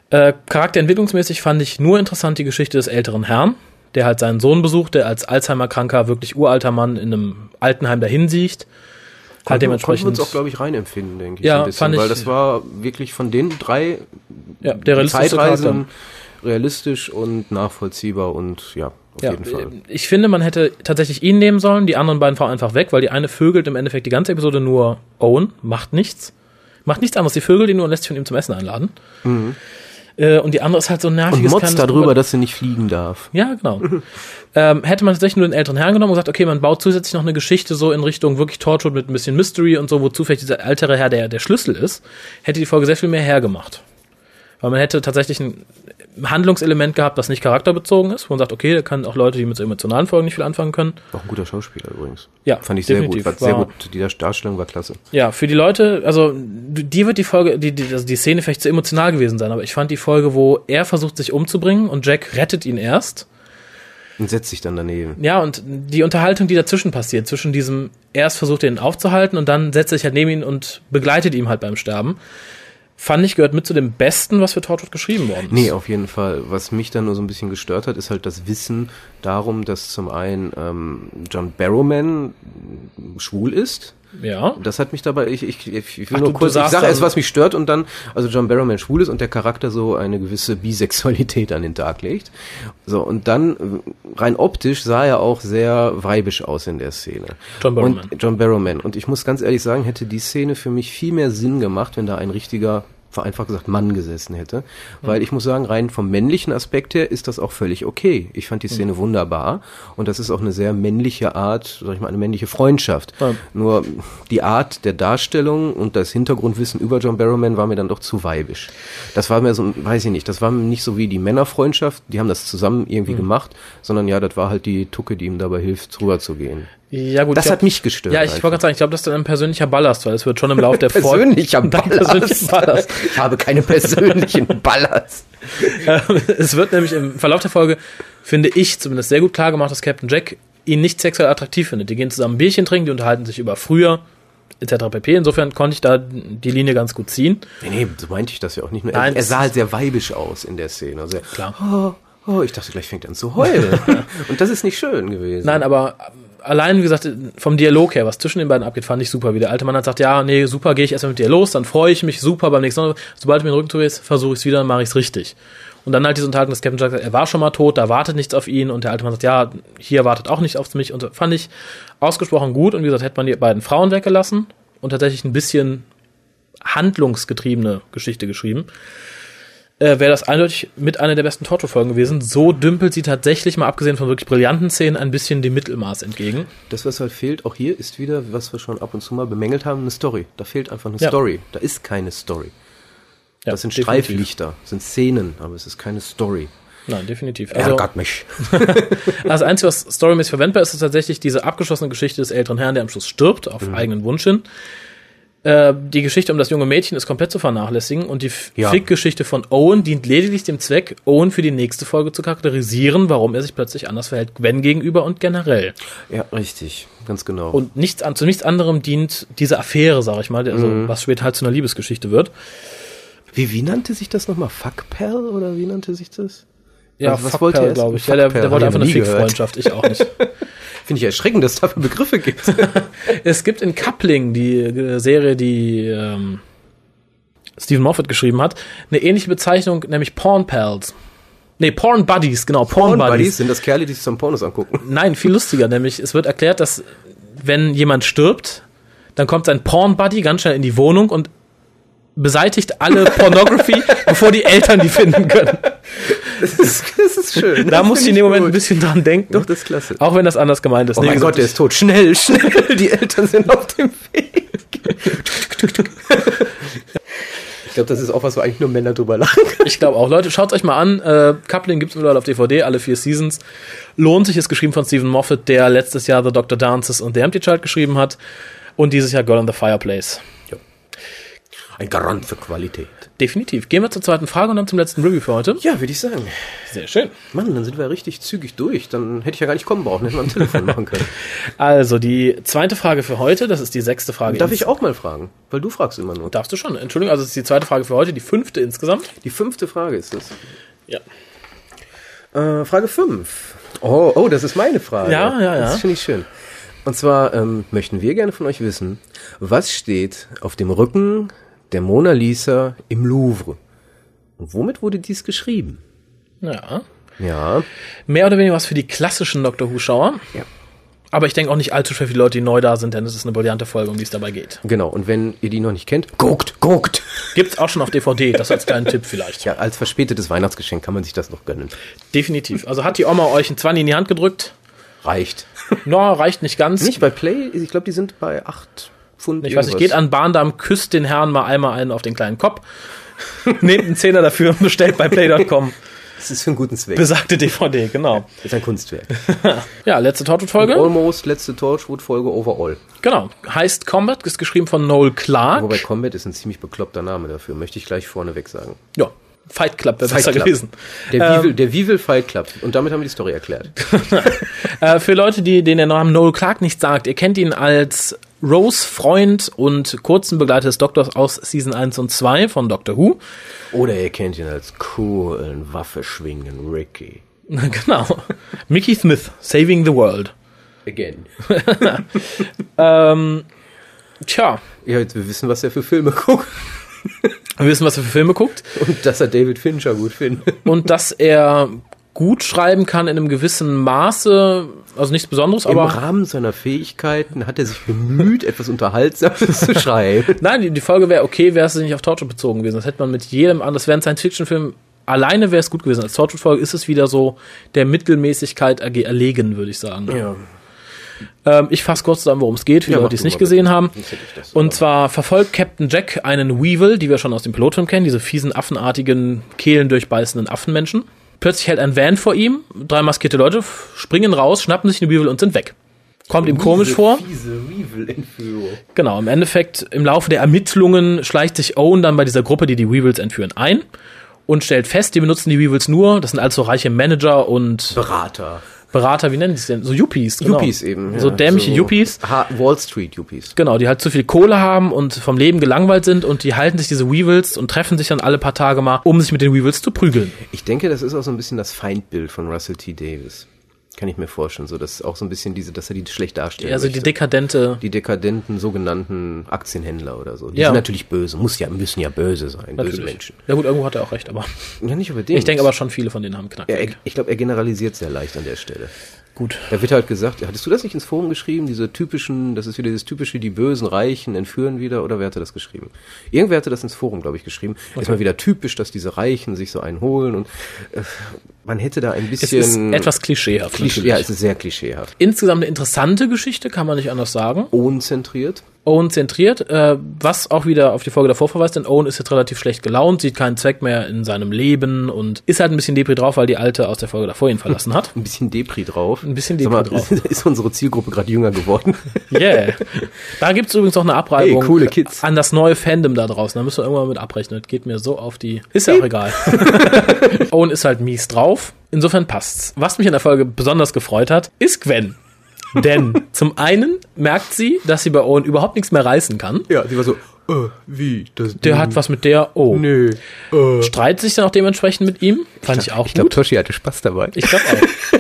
Speaker 2: Äh, charakterentwicklungsmäßig fand ich nur interessant die Geschichte des älteren Herrn, der halt seinen Sohn besucht, der als Alzheimer-kranker, wirklich uralter Mann in einem Altenheim dahin siecht. Halt
Speaker 3: Konnten wir
Speaker 2: dementsprechend
Speaker 3: uns auch, glaube ich, reinempfinden, denke ich.
Speaker 2: Ja,
Speaker 3: ein bisschen,
Speaker 2: fand ich-
Speaker 3: Weil das war wirklich von den drei
Speaker 2: ja, der realistische Charakter.
Speaker 3: Zeitreisen realistisch und nachvollziehbar und ja, auf
Speaker 2: Ja, äh,
Speaker 3: jeden Fall.
Speaker 2: ich finde, man hätte tatsächlich ihn nehmen sollen, die anderen beiden fahren einfach weg, weil die eine vögelt im Endeffekt die ganze Episode nur Owen, macht nichts. Macht nichts anderes, die vögelt ihn nur und lässt sich von ihm zum Essen einladen. Äh, und die andere ist halt so ein
Speaker 3: Mhm. Und
Speaker 2: nerviges
Speaker 3: Mods
Speaker 2: kleines-
Speaker 3: darüber, dass sie nicht fliegen darf.
Speaker 2: Ja, genau. ähm, hätte man tatsächlich nur den älteren Herrn genommen und gesagt, okay, man baut zusätzlich noch eine Geschichte so in Richtung wirklich Torchwood mit ein bisschen Mystery und so, wozu vielleicht dieser ältere Herr der, der Schlüssel ist, hätte die Folge sehr viel mehr hergemacht. Weil man hätte tatsächlich ein Handlungselement gehabt, das nicht charakterbezogen ist, wo man sagt, okay, da können auch Leute, die mit so emotionalen Folgen nicht viel anfangen können.
Speaker 3: Auch ein guter Schauspieler übrigens.
Speaker 2: Ja,
Speaker 3: Fand ich sehr gut.
Speaker 2: definitiv.
Speaker 3: War sehr
Speaker 2: War-
Speaker 3: gut. Die Darstellung war klasse.
Speaker 2: Ja, für die Leute, also die wird die Folge, die, die, also die Szene vielleicht zu emotional gewesen sein, aber ich fand die Folge, wo er versucht, sich umzubringen und Jack rettet ihn erst
Speaker 3: Und setzt sich dann daneben.
Speaker 2: Ja, und die Unterhaltung, die dazwischen passiert, zwischen diesem erst versucht er ihn aufzuhalten und dann setzt er sich halt neben ihn und begleitet ihm halt beim Sterben, fand ich gehört mit zu dem Besten, was für Torchwood geschrieben worden ist.
Speaker 3: Nee, auf jeden Fall. Was mich dann nur so ein bisschen gestört hat, ist halt das Wissen darum, dass zum einen ähm, John Barrowman schwul ist.
Speaker 2: Ja.
Speaker 3: Das hat mich dabei, ich, ich, ich will
Speaker 2: Ach,
Speaker 3: nur
Speaker 2: du- du
Speaker 3: kurz, ich
Speaker 2: sagst
Speaker 3: sage
Speaker 2: dann-
Speaker 3: erst, was mich stört und dann, also John Barrowman schwul ist und der Charakter so eine gewisse Bisexualität an den Tag legt. So, und dann äh, rein optisch sah er auch sehr weibisch aus in der Szene.
Speaker 2: John Barrowman.
Speaker 3: Und, John Barrowman. Und ich muss ganz ehrlich sagen, hätte die Szene für mich viel mehr Sinn gemacht, wenn da ein richtiger vereinfacht gesagt Mann gesessen hätte, weil ich muss sagen, rein vom männlichen Aspekt her ist das auch völlig okay. Ich fand die Szene wunderbar und das ist auch eine sehr männliche Art, sag ich mal, eine männliche Freundschaft.
Speaker 2: Ja.
Speaker 3: Nur die Art der Darstellung und das Hintergrundwissen über John Barrowman war mir dann doch zu weibisch. Das war mir so, ein- weiß ich nicht, das war mir nicht so wie die Männerfreundschaft, die haben das zusammen irgendwie gemacht, sondern ja, das war halt die Tucke, die ihm dabei hilft, drüber zu gehen.
Speaker 2: Ja, gut.
Speaker 3: Das
Speaker 2: ich
Speaker 3: hat mich gestört
Speaker 2: Ja, ich wollte
Speaker 3: einfach.
Speaker 2: gerade sagen, ich glaube, das ist dann ein persönlicher Ballast, weil es wird schon im Lauf der Folge.
Speaker 3: Persönlicher
Speaker 2: Dein
Speaker 3: Ballast.
Speaker 2: persönlicher Ballast.
Speaker 3: Ich habe keine persönlichen Ballast.
Speaker 2: es wird nämlich im Verlauf der Folge, finde ich zumindest sehr gut klar gemacht, dass Captain Jack ihn nicht sexuell attraktiv findet. Die gehen zusammen ein Bierchen trinken, die unterhalten sich über früher, etc. pp. Insofern konnte ich da die Linie ganz gut ziehen.
Speaker 3: Nee, nee, so meinte ich das ja auch nicht. Nur
Speaker 2: Nein,
Speaker 3: er, er
Speaker 2: das
Speaker 3: sah halt sehr weibisch aus in der Szene. Also, er-
Speaker 2: Klar.
Speaker 3: Oh, oh, ich dachte, gleich fängt er an zu heulen. Und das ist nicht schön gewesen.
Speaker 2: Nein, aber allein, wie gesagt, vom Dialog her, was zwischen den beiden abgeht, fand ich super. Wie der alte Mann hat sagt, ja, nee, super, gehe ich erstmal mit dir los, dann freue ich mich, super, beim nächsten Mal, sobald du mir den Rücken drehst, versuche ich es wieder, dann mache ich es richtig. Und dann halt diese Unterhaltung, dass Captain Jack sagt, er war schon mal tot, da wartet nichts auf ihn und der alte Mann sagt, ja, hier wartet auch nichts auf mich und so. fand ich ausgesprochen gut und wie gesagt, hätte man die beiden Frauen weggelassen und tatsächlich ein bisschen handlungsgetriebene Geschichte geschrieben, äh, wäre das eindeutig mit einer der besten Torture-Folgen gewesen. So dümpelt sie tatsächlich, mal abgesehen von wirklich brillanten Szenen, ein bisschen dem Mittelmaß entgegen.
Speaker 3: Das, was halt fehlt, auch hier ist wieder, was wir schon ab und zu mal bemängelt haben, eine Story. Da fehlt einfach eine
Speaker 2: Ja.
Speaker 3: Story. Da ist keine Story.
Speaker 2: Ja,
Speaker 3: Das sind
Speaker 2: definitiv.
Speaker 3: Streiflichter, das sind Szenen, aber es ist keine Story.
Speaker 2: Nein, definitiv. Also,
Speaker 3: mich.
Speaker 2: das Einzige, was storymäßig verwendbar ist, ist tatsächlich diese abgeschlossene Geschichte des älteren Herrn, der am Schluss stirbt, auf
Speaker 3: Mhm.
Speaker 2: eigenen Wunsch hin. Äh, die Geschichte um das junge Mädchen ist komplett zu vernachlässigen und die F-
Speaker 3: Ja.
Speaker 2: Fick-Geschichte von Owen dient lediglich dem Zweck, Owen für die nächste Folge zu charakterisieren, warum er sich plötzlich anders verhält, Gwen gegenüber und generell.
Speaker 3: Ja, richtig, ganz genau.
Speaker 2: Und nichts an, zu nichts anderem dient diese Affäre, sag ich mal, also was später halt zu einer Liebesgeschichte wird.
Speaker 3: wie, wie nannte sich das nochmal? Fuckpal oder wie nannte sich das?
Speaker 2: Ja,
Speaker 3: Also, was
Speaker 2: Fuck
Speaker 3: wollte
Speaker 2: Pal,
Speaker 3: er?
Speaker 2: glaube ich.
Speaker 3: Fuck
Speaker 2: Ja, der,
Speaker 3: Pal,
Speaker 2: der
Speaker 3: hab ich
Speaker 2: wollte einfach
Speaker 3: noch
Speaker 2: eine
Speaker 3: nie gehört.
Speaker 2: Fick-Freundschaft, ich auch nicht.
Speaker 3: Finde ich erschreckend, dass es dafür Begriffe gibt.
Speaker 2: es gibt in Coupling, die äh, Serie, die ähm, Stephen Moffat geschrieben hat, eine ähnliche Bezeichnung, nämlich Porn Pals. Nee, Porn Buddies, genau, Porn, Buddies.
Speaker 3: sind das Kerle, die sich zum Pornos angucken.
Speaker 2: Nein, viel lustiger, nämlich es wird erklärt, dass wenn jemand stirbt, dann kommt sein Porn Buddy ganz schnell in die Wohnung und beseitigt alle Pornography, bevor die Eltern die finden können.
Speaker 3: Das ist, das ist schön.
Speaker 2: Da
Speaker 3: Das
Speaker 2: musste ich
Speaker 3: find
Speaker 2: in dem Moment ein
Speaker 3: gut.
Speaker 2: bisschen dran denken.
Speaker 3: Doch, das ist klasse.
Speaker 2: Auch wenn das anders gemeint ist.
Speaker 3: Oh
Speaker 2: Nee,
Speaker 3: mein
Speaker 2: wie
Speaker 3: Gott,
Speaker 2: gesagt,
Speaker 3: der ist tot. Schnell, schnell. Die Eltern sind auf dem Weg. Ich glaube, das ist auch was, wo eigentlich nur Männer drüber lachen.
Speaker 2: ich glaube auch. Leute, schaut euch mal an. Äh, Coupling gibt's überall auf DVD, alle vier Seasons. Lohnt sich, ist geschrieben von Stephen Moffat, der letztes Jahr The Doctor Dances und The Empty Child geschrieben hat. Und dieses Jahr Girl on the Fireplace.
Speaker 3: Ein Garant für Qualität.
Speaker 2: Definitiv. Gehen wir zur zweiten Frage und dann zum letzten Review für heute.
Speaker 3: Ja, würde ich sagen.
Speaker 2: Sehr schön.
Speaker 3: Mann, dann sind wir richtig zügig durch. Dann hätte ich ja gar nicht kommen brauchen, hätte man am Telefon machen können.
Speaker 2: Also, die zweite Frage für heute, das ist die sechste Frage.
Speaker 3: Darf ich auch mal fragen? Weil du fragst immer nur.
Speaker 2: Darfst du schon. Entschuldigung, also es ist die zweite Frage für heute, die fünfte insgesamt.
Speaker 3: Die fünfte Frage ist es.
Speaker 2: Ja.
Speaker 3: Äh, Frage 5. Oh, oh, das ist meine Frage.
Speaker 2: Ja, ja, ja.
Speaker 3: Das finde ich schön. Und zwar ähm, möchten wir gerne von euch wissen, was steht auf dem Rücken der Mona Lisa im Louvre? Und womit wurde dies geschrieben?
Speaker 2: Ja.
Speaker 3: Ja,
Speaker 2: Mehr oder weniger was für die klassischen Doctor Who-Schauer.
Speaker 3: Ja.
Speaker 2: Aber ich denke auch nicht allzu schwer für die Leute, die neu da sind, denn es ist eine brillante Folge, um die es dabei geht.
Speaker 3: genau. Und wenn ihr die noch nicht kennt, guckt, guckt.
Speaker 2: Gibt's auch schon auf DVD, das als kleinen Tipp vielleicht.
Speaker 3: Ja, als verspätetes Weihnachtsgeschenk kann man sich das noch gönnen.
Speaker 2: Definitiv. Also hat die Oma euch einen 20 in die Hand gedrückt?
Speaker 3: Reicht.
Speaker 2: No, reicht nicht ganz.
Speaker 3: Nicht bei Play, ich glaube, die sind bei 8 Pfund.
Speaker 2: ich weiß nicht, geht an Bahndamm, küsst den Herrn mal einmal einen auf den kleinen Kopf. Nehmt einen Zehner dafür und bestellt bei play.com
Speaker 3: Das ist für einen guten Zweck.
Speaker 2: besagte DVD, genau.
Speaker 3: Das ist ein Kunstwerk.
Speaker 2: Ja, letzte Tortwood-Folge.
Speaker 3: Almost letzte Torchwood-Folge overall.
Speaker 2: Genau. Heißt Combat, ist geschrieben von Noel Clark.
Speaker 3: Wobei Combat ist ein ziemlich bekloppter Name dafür, möchte ich gleich vorneweg sagen.
Speaker 2: Ja, Fight Club wäre besser
Speaker 3: Fight Club.
Speaker 2: gewesen.
Speaker 3: Der
Speaker 2: Ähm.
Speaker 3: Vivel, der Vivel Fight Club. Und damit haben wir die Story erklärt.
Speaker 2: Äh, für Leute, die den der Name Noel Clark nicht sagt, ihr kennt ihn als Rose Freund und kurzen Begleiter des Doktors aus Season 1 und 2 von Doctor Who.
Speaker 3: Oder ihr kennt ihn als coolen Waffe schwingen Ricky.
Speaker 2: genau. Mickey Smith, Saving the World.
Speaker 3: Again.
Speaker 2: Tja,
Speaker 3: Ja, jetzt wir wissen, was er für Filme guckt
Speaker 2: wir wissen, was er für Filme guckt
Speaker 3: und dass er David Fincher gut findet.
Speaker 2: und dass er gut schreiben kann in einem gewissen Maße, also nichts Besonderes,
Speaker 3: Im
Speaker 2: aber
Speaker 3: Rahmen seiner Fähigkeiten hat er sich bemüht, etwas Unterhaltsames zu schreiben.
Speaker 2: Nein, die, die Folge wäre okay, wäre es nicht auf Torture bezogen gewesen. Das hätte man mit jedem anderen. Das wäre ein Science-Fiction-Film. Alleine wäre es gut gewesen. Als Torture-Folge ist es wieder so der Mittelmäßigkeit erge- erlegen, würde ich sagen.
Speaker 3: Ja.
Speaker 2: Ähm, ich fasse kurz zusammen, worum es geht, für die
Speaker 3: Ja, mach
Speaker 2: Leute, die es
Speaker 3: du
Speaker 2: nicht
Speaker 3: mal bitte.
Speaker 2: gesehen haben.
Speaker 3: Sonst hätte ich das
Speaker 2: Und zwar verfolgt Captain Jack einen Weevil, die wir schon aus dem Pilotfilm kennen, diese fiesen, affenartigen, kehlendurchbeißenden Affenmenschen. Plötzlich hält ein Van vor ihm, drei maskierte Leute f- springen raus, schnappen sich den Weevil und sind weg. Kommt ihm komisch vor.
Speaker 3: Fiese Weevil-Entführung.
Speaker 2: Genau, im Endeffekt, im Laufe der Ermittlungen schleicht sich Owen dann bei dieser Gruppe, die die Weevils entführen, ein und stellt fest, die benutzen die Weevils nur, das sind also reiche Manager und
Speaker 3: Berater.
Speaker 2: Berater, wie nennen die es denn? So Yuppies. Genau.
Speaker 3: Yuppies eben.
Speaker 2: so
Speaker 3: ja.
Speaker 2: dämliche Yuppies.
Speaker 3: Ha Wall Street Yuppies.
Speaker 2: Genau, die halt zu viel Kohle haben und vom Leben gelangweilt sind und die halten sich diese Weevils und treffen sich dann alle paar Tage mal, um sich mit den Weevils zu prügeln.
Speaker 3: Ich denke, das ist auch so ein bisschen das Feindbild von Russell T. Davis. Kann ich mir vorstellen, so dass auch so ein bisschen diese, dass er die schlecht darstellt.
Speaker 2: Also die dekadente.
Speaker 3: die dekadenten sogenannten Aktienhändler oder so. Die
Speaker 2: Ja.
Speaker 3: sind natürlich böse, muss ja, müssen ja böse sein, böse
Speaker 2: natürlich.
Speaker 3: Menschen.
Speaker 2: Ja gut, irgendwo hat er auch recht, aber
Speaker 3: Ja, nicht unbedingt.
Speaker 2: ich denke aber schon viele von denen haben Knack.
Speaker 3: Ja, er, ich glaube, er generalisiert sehr leicht an der Stelle.
Speaker 2: Gut.
Speaker 3: Da wird halt gesagt, hattest du das nicht ins Forum geschrieben, diese typischen, das ist wieder dieses typische, die Bösen, Reichen entführen wieder, oder wer hatte das geschrieben? Irgendwer hatte das ins Forum, glaube ich, geschrieben. Ist mal wieder typisch, dass diese Reichen sich so einen holen und äh, man hätte da ein
Speaker 2: Es
Speaker 3: bisschen...
Speaker 2: ist etwas klischeehaft.
Speaker 3: Klischee,
Speaker 2: natürlich.
Speaker 3: ja, es ist sehr klischeehaft.
Speaker 2: Insgesamt eine interessante Geschichte, kann man nicht anders sagen.
Speaker 3: Unzentriert.
Speaker 2: Owen zentriert, äh, was auch wieder auf die Folge davor verweist, denn Owen ist jetzt relativ schlecht gelaunt, sieht keinen Zweck mehr in seinem Leben und ist halt ein bisschen depri drauf, weil die Alte aus der Folge davor ihn verlassen hat.
Speaker 3: Ein bisschen Depri drauf. Ein
Speaker 2: bisschen
Speaker 3: mal,
Speaker 2: Depri drauf.
Speaker 3: Ist, ist unsere Zielgruppe gerade jünger geworden?
Speaker 2: Yeah. Da gibt's übrigens auch eine Abreibung
Speaker 3: Hey, coole Kids.
Speaker 2: an das neue Fandom da draußen. Da müssen wir irgendwann mit abrechnen. Das geht mir so auf die. Ist ja auch egal. Owen ist halt mies drauf. Insofern passt's. Was mich in der Folge besonders gefreut hat, ist Gwen. Denn zum einen merkt sie, dass sie bei Owen überhaupt nichts mehr reißen kann.
Speaker 3: ja, sie war so, äh, wie? Das
Speaker 2: Der hat was mit der. Oh.
Speaker 3: Nee. Äh.
Speaker 2: streitet sich dann auch dementsprechend mit ihm. Fand ich, auch
Speaker 3: Ich glaube,
Speaker 2: gut.
Speaker 3: Toshi hatte Spaß dabei.
Speaker 2: Ich glaube auch.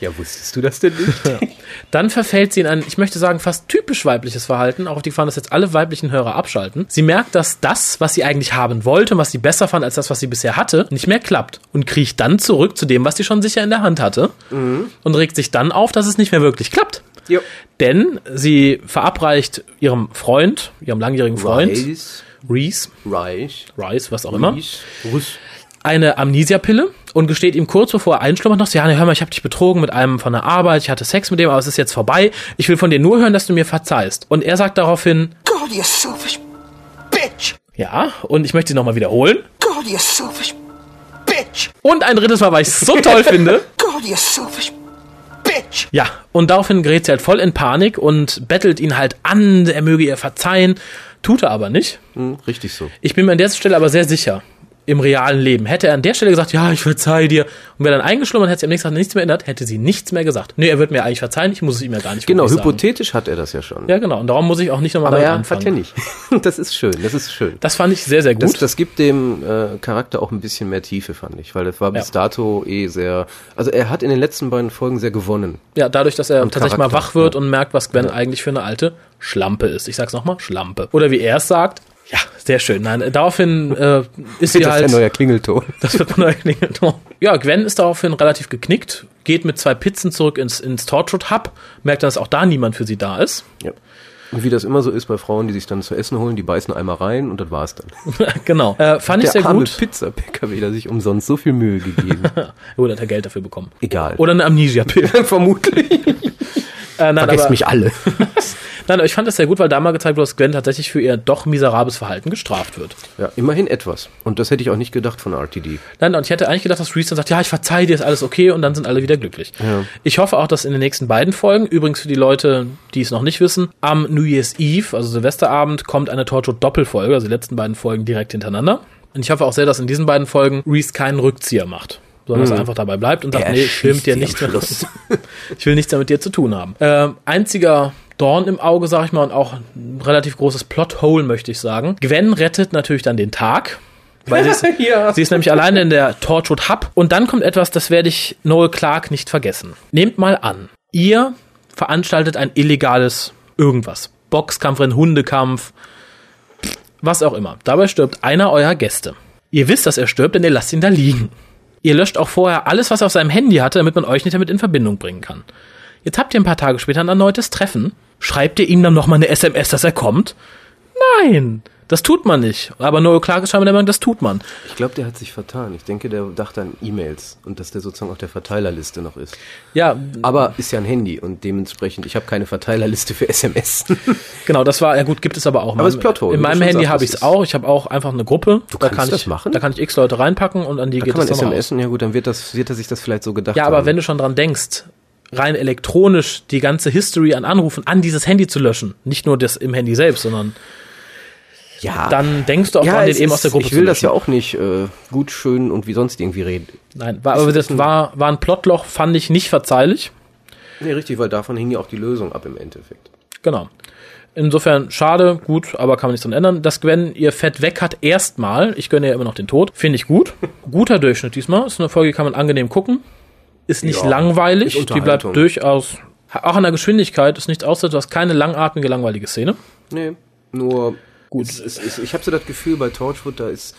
Speaker 3: ja, wusstest du das denn nicht?
Speaker 2: Dann verfällt sie in ein, ich möchte sagen, fast typisch weibliches Verhalten, auch auf die Gefahr, dass jetzt alle weiblichen Hörer abschalten. Sie merkt, dass das, was sie eigentlich haben wollte und was sie besser fand als das, was sie bisher hatte, nicht mehr klappt und kriecht dann zurück zu dem, was sie schon sicher in der Hand hatte und regt sich dann auf, dass es nicht mehr wirklich klappt.
Speaker 3: Jo.
Speaker 2: Denn sie verabreicht ihrem Freund, ihrem langjährigen Freund,
Speaker 3: Reis,
Speaker 2: Reese,
Speaker 3: Reich,
Speaker 2: Rice, was auch immer,
Speaker 3: Reich, Russ.
Speaker 2: eine Amnesiapille und gesteht ihm kurz bevor er einschlummert noch, so, ja, ne, hör mal, ich habe dich betrogen mit einem von der Arbeit, ich hatte Sex mit dem, aber es ist jetzt vorbei. Ich will von dir nur hören, dass du mir verzeihst. Und er sagt daraufhin,
Speaker 4: God, you selfish bitch!
Speaker 2: ja, und ich möchte sie nochmal wiederholen.
Speaker 4: God, you selfish bitch!
Speaker 2: Und ein drittes Mal, weil ich es so toll finde.
Speaker 4: God, you selfish bitch!
Speaker 2: Ja, und daraufhin gerät sie halt voll in Panik und bettelt ihn halt an, er möge ihr verzeihen. Tut er aber nicht.
Speaker 3: Hm, richtig so.
Speaker 2: Ich bin mir an der Stelle aber sehr sicher, im realen Leben. Hätte er an der Stelle gesagt, ja, ich verzeihe dir, und wäre dann eingeschlummert, hätte sie am nächsten Tag nichts mehr ändert, hätte sie nichts mehr gesagt. Nee, er wird mir eigentlich verzeihen, ich muss es ihm ja gar nicht
Speaker 3: Genau,
Speaker 2: wirklich sagen.
Speaker 3: hypothetisch hat er das ja schon.
Speaker 2: Ja, genau. Und darum muss ich auch nicht nochmal
Speaker 3: Aber
Speaker 2: damit
Speaker 3: ja, hat er
Speaker 2: anfangen.
Speaker 3: nicht. Das ist schön, das ist schön.
Speaker 2: Das fand ich sehr, sehr gut.
Speaker 3: Das, das gibt dem äh, Charakter auch ein bisschen mehr Tiefe, fand ich, weil das war bis
Speaker 2: Ja.
Speaker 3: dato eh sehr. Also er hat in den letzten beiden Folgen sehr gewonnen.
Speaker 2: ja, dadurch, dass er tatsächlich mal
Speaker 3: Charakter,
Speaker 2: wach wird und merkt, was Gwen eigentlich für eine alte Schlampe ist. Ich sag's nochmal, Schlampe. Oder wie er es sagt, ja, sehr schön. Nein, äh, daraufhin äh, ist sie
Speaker 3: das
Speaker 2: halt.
Speaker 3: ist der neuer Klingelton.
Speaker 2: Das wird man erklären. Ja, Gwen ist daraufhin relativ geknickt, geht mit zwei Pizzen zurück ins, ins Torchwood Hub, merkt dann, dass auch da niemand für sie da ist.
Speaker 3: Ja. Und wie das immer so ist bei Frauen, die sich dann zu essen holen, die beißen einmal rein und das war's dann.
Speaker 2: genau. Äh, fand ich sehr
Speaker 3: arme
Speaker 2: gut.
Speaker 3: Pizza-PKW, der sich umsonst so viel Mühe gegeben.
Speaker 2: Oder hat er Geld dafür bekommen.
Speaker 3: Egal.
Speaker 2: Oder eine Amnesia-Pille.
Speaker 3: Vermutlich.
Speaker 2: Äh, nein,
Speaker 3: Vergesst
Speaker 2: aber-
Speaker 3: mich alle.
Speaker 2: Nein, aber ich fand das sehr gut, weil da mal gezeigt wurde, dass Gwen tatsächlich für ihr doch miserables Verhalten gestraft wird.
Speaker 3: Ja, immerhin etwas. Und das hätte ich auch nicht gedacht von RTD.
Speaker 2: Nein, und ich hätte eigentlich gedacht, dass Reese dann sagt, ja, ich verzeihe dir, ist alles okay und dann sind alle wieder glücklich. Ich hoffe auch, dass in den nächsten beiden Folgen, übrigens für die Leute, die es noch nicht wissen, am New Year's Eve, also Silvesterabend, kommt eine Torture-Doppelfolge, also die letzten beiden Folgen direkt hintereinander. Und ich hoffe auch sehr, dass in diesen beiden Folgen Reese keinen Rückzieher macht, sondern dass er einfach dabei bleibt und sagt,
Speaker 3: Hm. Er
Speaker 2: nee, stimmt
Speaker 3: schießt
Speaker 2: dir
Speaker 3: sie
Speaker 2: nichts
Speaker 3: am
Speaker 2: mehr. ich will nichts mehr mit dir zu tun haben. Ähm, einziger Dorn im Auge, sag ich mal, und auch ein relativ großes Plothole, möchte ich sagen. Gwen rettet natürlich dann den Tag. Weil sie ist,
Speaker 3: Ja.
Speaker 2: sie ist nämlich alleine in der Torchwood Hub. Und dann kommt etwas, das werde ich Noel Clark nicht vergessen. Nehmt mal an, ihr veranstaltet ein illegales irgendwas. Boxkampf, Hundekampf, was auch immer. Dabei stirbt einer eurer Gäste. Ihr wisst, dass er stirbt, denn ihr lasst ihn da liegen. Ihr löscht auch vorher alles, was er auf seinem Handy hatte, damit man euch nicht damit in Verbindung bringen kann. Jetzt habt ihr ein paar Tage später ein erneutes Treffen. Schreibt ihr ihm dann nochmal eine SMS, dass er kommt? Nein, das tut man nicht. Aber Noel Clark ist scheinbar der Meinung, das tut man.
Speaker 3: Ich glaube, der hat sich vertan. Ich denke, der dachte an E-Mails und dass der sozusagen auf der Verteilerliste noch ist.
Speaker 2: Ja,
Speaker 3: Aber ist ja ein Handy und dementsprechend, ich habe keine Verteilerliste für SMS.
Speaker 2: genau, das war, ja gut, gibt es aber auch.
Speaker 3: Aber es ist Plothole,
Speaker 2: In
Speaker 3: wie du
Speaker 2: meinem
Speaker 3: schon
Speaker 2: Handy
Speaker 3: sagst,
Speaker 2: habe
Speaker 3: das
Speaker 2: ich es
Speaker 3: ist-
Speaker 2: auch. Ich habe auch einfach eine Gruppe. Du
Speaker 3: kannst
Speaker 2: kann ich,
Speaker 3: das machen?
Speaker 2: Da kann ich x Leute reinpacken und an die
Speaker 3: Da
Speaker 2: geht
Speaker 3: kann man
Speaker 2: es dann raus.
Speaker 3: SMS, ja gut, dann wird das, wird er sich das vielleicht so gedacht
Speaker 2: Ja, aber
Speaker 3: haben.
Speaker 2: wenn du schon dran denkst, rein elektronisch die ganze History an Anrufen an dieses Handy zu löschen, nicht nur das im Handy selbst, sondern
Speaker 3: ja,
Speaker 2: dann denkst du auch
Speaker 3: Ah. ja,
Speaker 2: dran, den
Speaker 3: es
Speaker 2: eben
Speaker 3: ist-
Speaker 2: aus der Gruppe
Speaker 3: Ich will
Speaker 2: zu
Speaker 3: das
Speaker 2: löschen.
Speaker 3: ja auch nicht äh, gut, schön und wie sonst irgendwie reden.
Speaker 2: Nein, war, aber das war, war ein Plotloch, fand ich nicht verzeihlich.
Speaker 3: Nee, richtig, weil davon hing ja auch die Lösung ab im Endeffekt.
Speaker 2: Genau. Insofern schade, gut, aber kann man nichts dran ändern. Dass Gwen ihr Fett weg hat, erstmal, ich gönne ja immer noch den Tod, finde ich gut. Guter Durchschnitt diesmal. Ist eine Folge, die kann man angenehm gucken. Ist nicht
Speaker 3: Ja,
Speaker 2: langweilig,
Speaker 3: ist
Speaker 2: die bleibt
Speaker 3: Unterhaltung.
Speaker 2: durchaus. Auch an der Geschwindigkeit ist nichts außer, du hast keine langatmige, langweilige Szene.
Speaker 3: Nee, nur gut. Es, es, es, ich habe so das Gefühl, bei Torchwood, da ist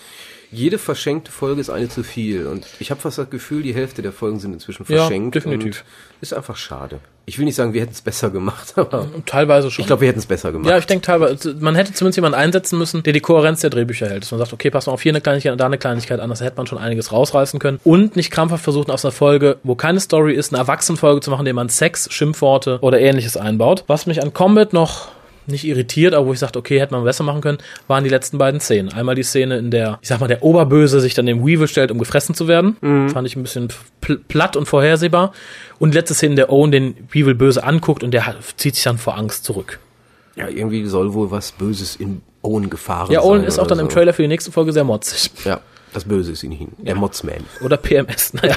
Speaker 3: jede verschenkte Folge ist eine zu viel. Und ich habe fast das Gefühl, die Hälfte der Folgen sind inzwischen
Speaker 2: Ja,
Speaker 3: verschenkt.
Speaker 2: definitiv.
Speaker 3: Und ist einfach schade. Ich will nicht sagen, wir hätten es besser gemacht, aber
Speaker 2: Teilweise schon.
Speaker 3: ich glaube, wir hätten es besser gemacht.
Speaker 2: ja, ich denke teilweise, also man hätte zumindest jemanden einsetzen müssen, der die Kohärenz der Drehbücher hält. Dass man sagt, okay, pass mal auf, hier eine Kleinigkeit, da eine Kleinigkeit, anders hätte man schon einiges rausreißen können. Und nicht krampfhaft versuchen, aus einer Folge, wo keine Story ist, eine Erwachsenenfolge zu machen, indem man Sex, Schimpfworte oder ähnliches einbaut. Was mich an Combat noch nicht irritiert, aber wo ich sagte, okay, hätte man besser machen können, waren die letzten beiden Szenen. Einmal die Szene, in der, ich sag mal, der Oberböse sich dann dem Weevil stellt, um gefressen zu werden. Fand ich ein bisschen pl platt und vorhersehbar. Und die letzte Szene, in der Owen den Weevil böse anguckt und der ha- zieht sich dann vor Angst zurück.
Speaker 3: Ja, irgendwie soll wohl was Böses in Owen gefahren
Speaker 2: Ja,
Speaker 3: sein.
Speaker 2: Owen ist auch
Speaker 3: oder
Speaker 2: dann
Speaker 3: so.
Speaker 2: im Trailer für die nächste Folge sehr motzig.
Speaker 3: Ja, das Böse ist in ihm. Der Motzman.
Speaker 2: Oder PMS, naja.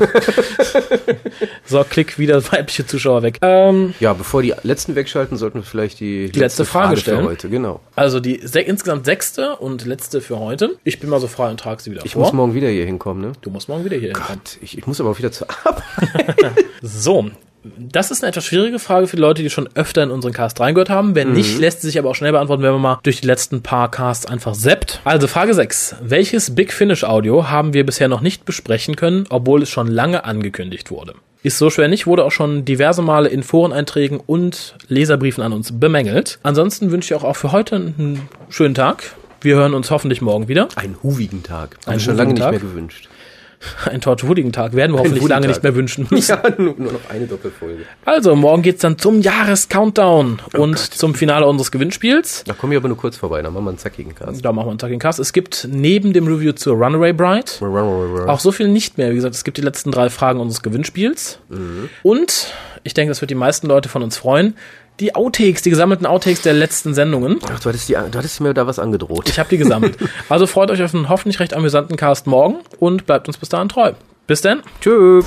Speaker 2: so, klick wieder weibliche Zuschauer weg. Ähm,
Speaker 3: Ja, bevor die letzten wegschalten, sollten wir vielleicht die,
Speaker 2: Die letzte Frage stellen.
Speaker 3: für heute. Genau.
Speaker 2: also die se insgesamt sechste und letzte für heute. Ich bin mal so frei und trage sie wieder
Speaker 3: Ich
Speaker 2: vor.
Speaker 3: muss morgen wieder hier hinkommen, ne?
Speaker 2: du musst morgen wieder hier hinkommen.
Speaker 3: Gott, ich, ich muss aber auch wieder zur Arbeit.
Speaker 2: So, das ist eine etwas schwierige Frage für die Leute, die schon öfter in unseren Cast reingehört haben. Wenn nicht, lässt sie sich aber auch schnell beantworten, wenn man mal durch die letzten paar Casts einfach seppt. Also Frage 6. Welches Big Finish Audio haben wir bisher noch nicht besprechen können, obwohl es schon lange angekündigt wurde? Ist so schwer nicht, wurde auch schon diverse Male in Foreneinträgen und Leserbriefen an uns bemängelt. Ansonsten wünsche ich auch, auch für heute einen schönen Tag. Wir hören uns hoffentlich morgen wieder.
Speaker 3: Einen huvigen Tag. Hab
Speaker 2: Einen
Speaker 3: ich schon lange
Speaker 2: huvigen
Speaker 3: nicht mehr
Speaker 2: Tag.
Speaker 3: gewünscht.
Speaker 2: Einen torturwürdigen Tag werden wir hoffentlich lange
Speaker 3: Woodentag.
Speaker 2: nicht mehr wünschen.
Speaker 3: Ja, nur, nur noch eine Doppelfolge.
Speaker 2: Also, morgen geht's dann zum Jahrescountdown und zum Finale unseres Gewinnspiels.
Speaker 3: Da komme ich aber nur kurz vorbei, dann machen wir einen zackigen Cast.
Speaker 2: Da machen wir einen Tag in Cast. Es gibt neben dem Review zur Runaway Bride auch so viel nicht mehr. Wie gesagt, es gibt die letzten drei Fragen unseres Gewinnspiels. Und ich denke, das wird die meisten Leute von uns freuen. Die Outtakes, die gesammelten Outtakes der letzten Sendungen.
Speaker 3: Ach, du hattest, die, du hattest mir da was angedroht.
Speaker 2: Ich habe die gesammelt. Also freut euch auf einen hoffentlich recht amüsanten Cast morgen und bleibt uns bis dahin treu. Bis dann.
Speaker 3: Tschüss.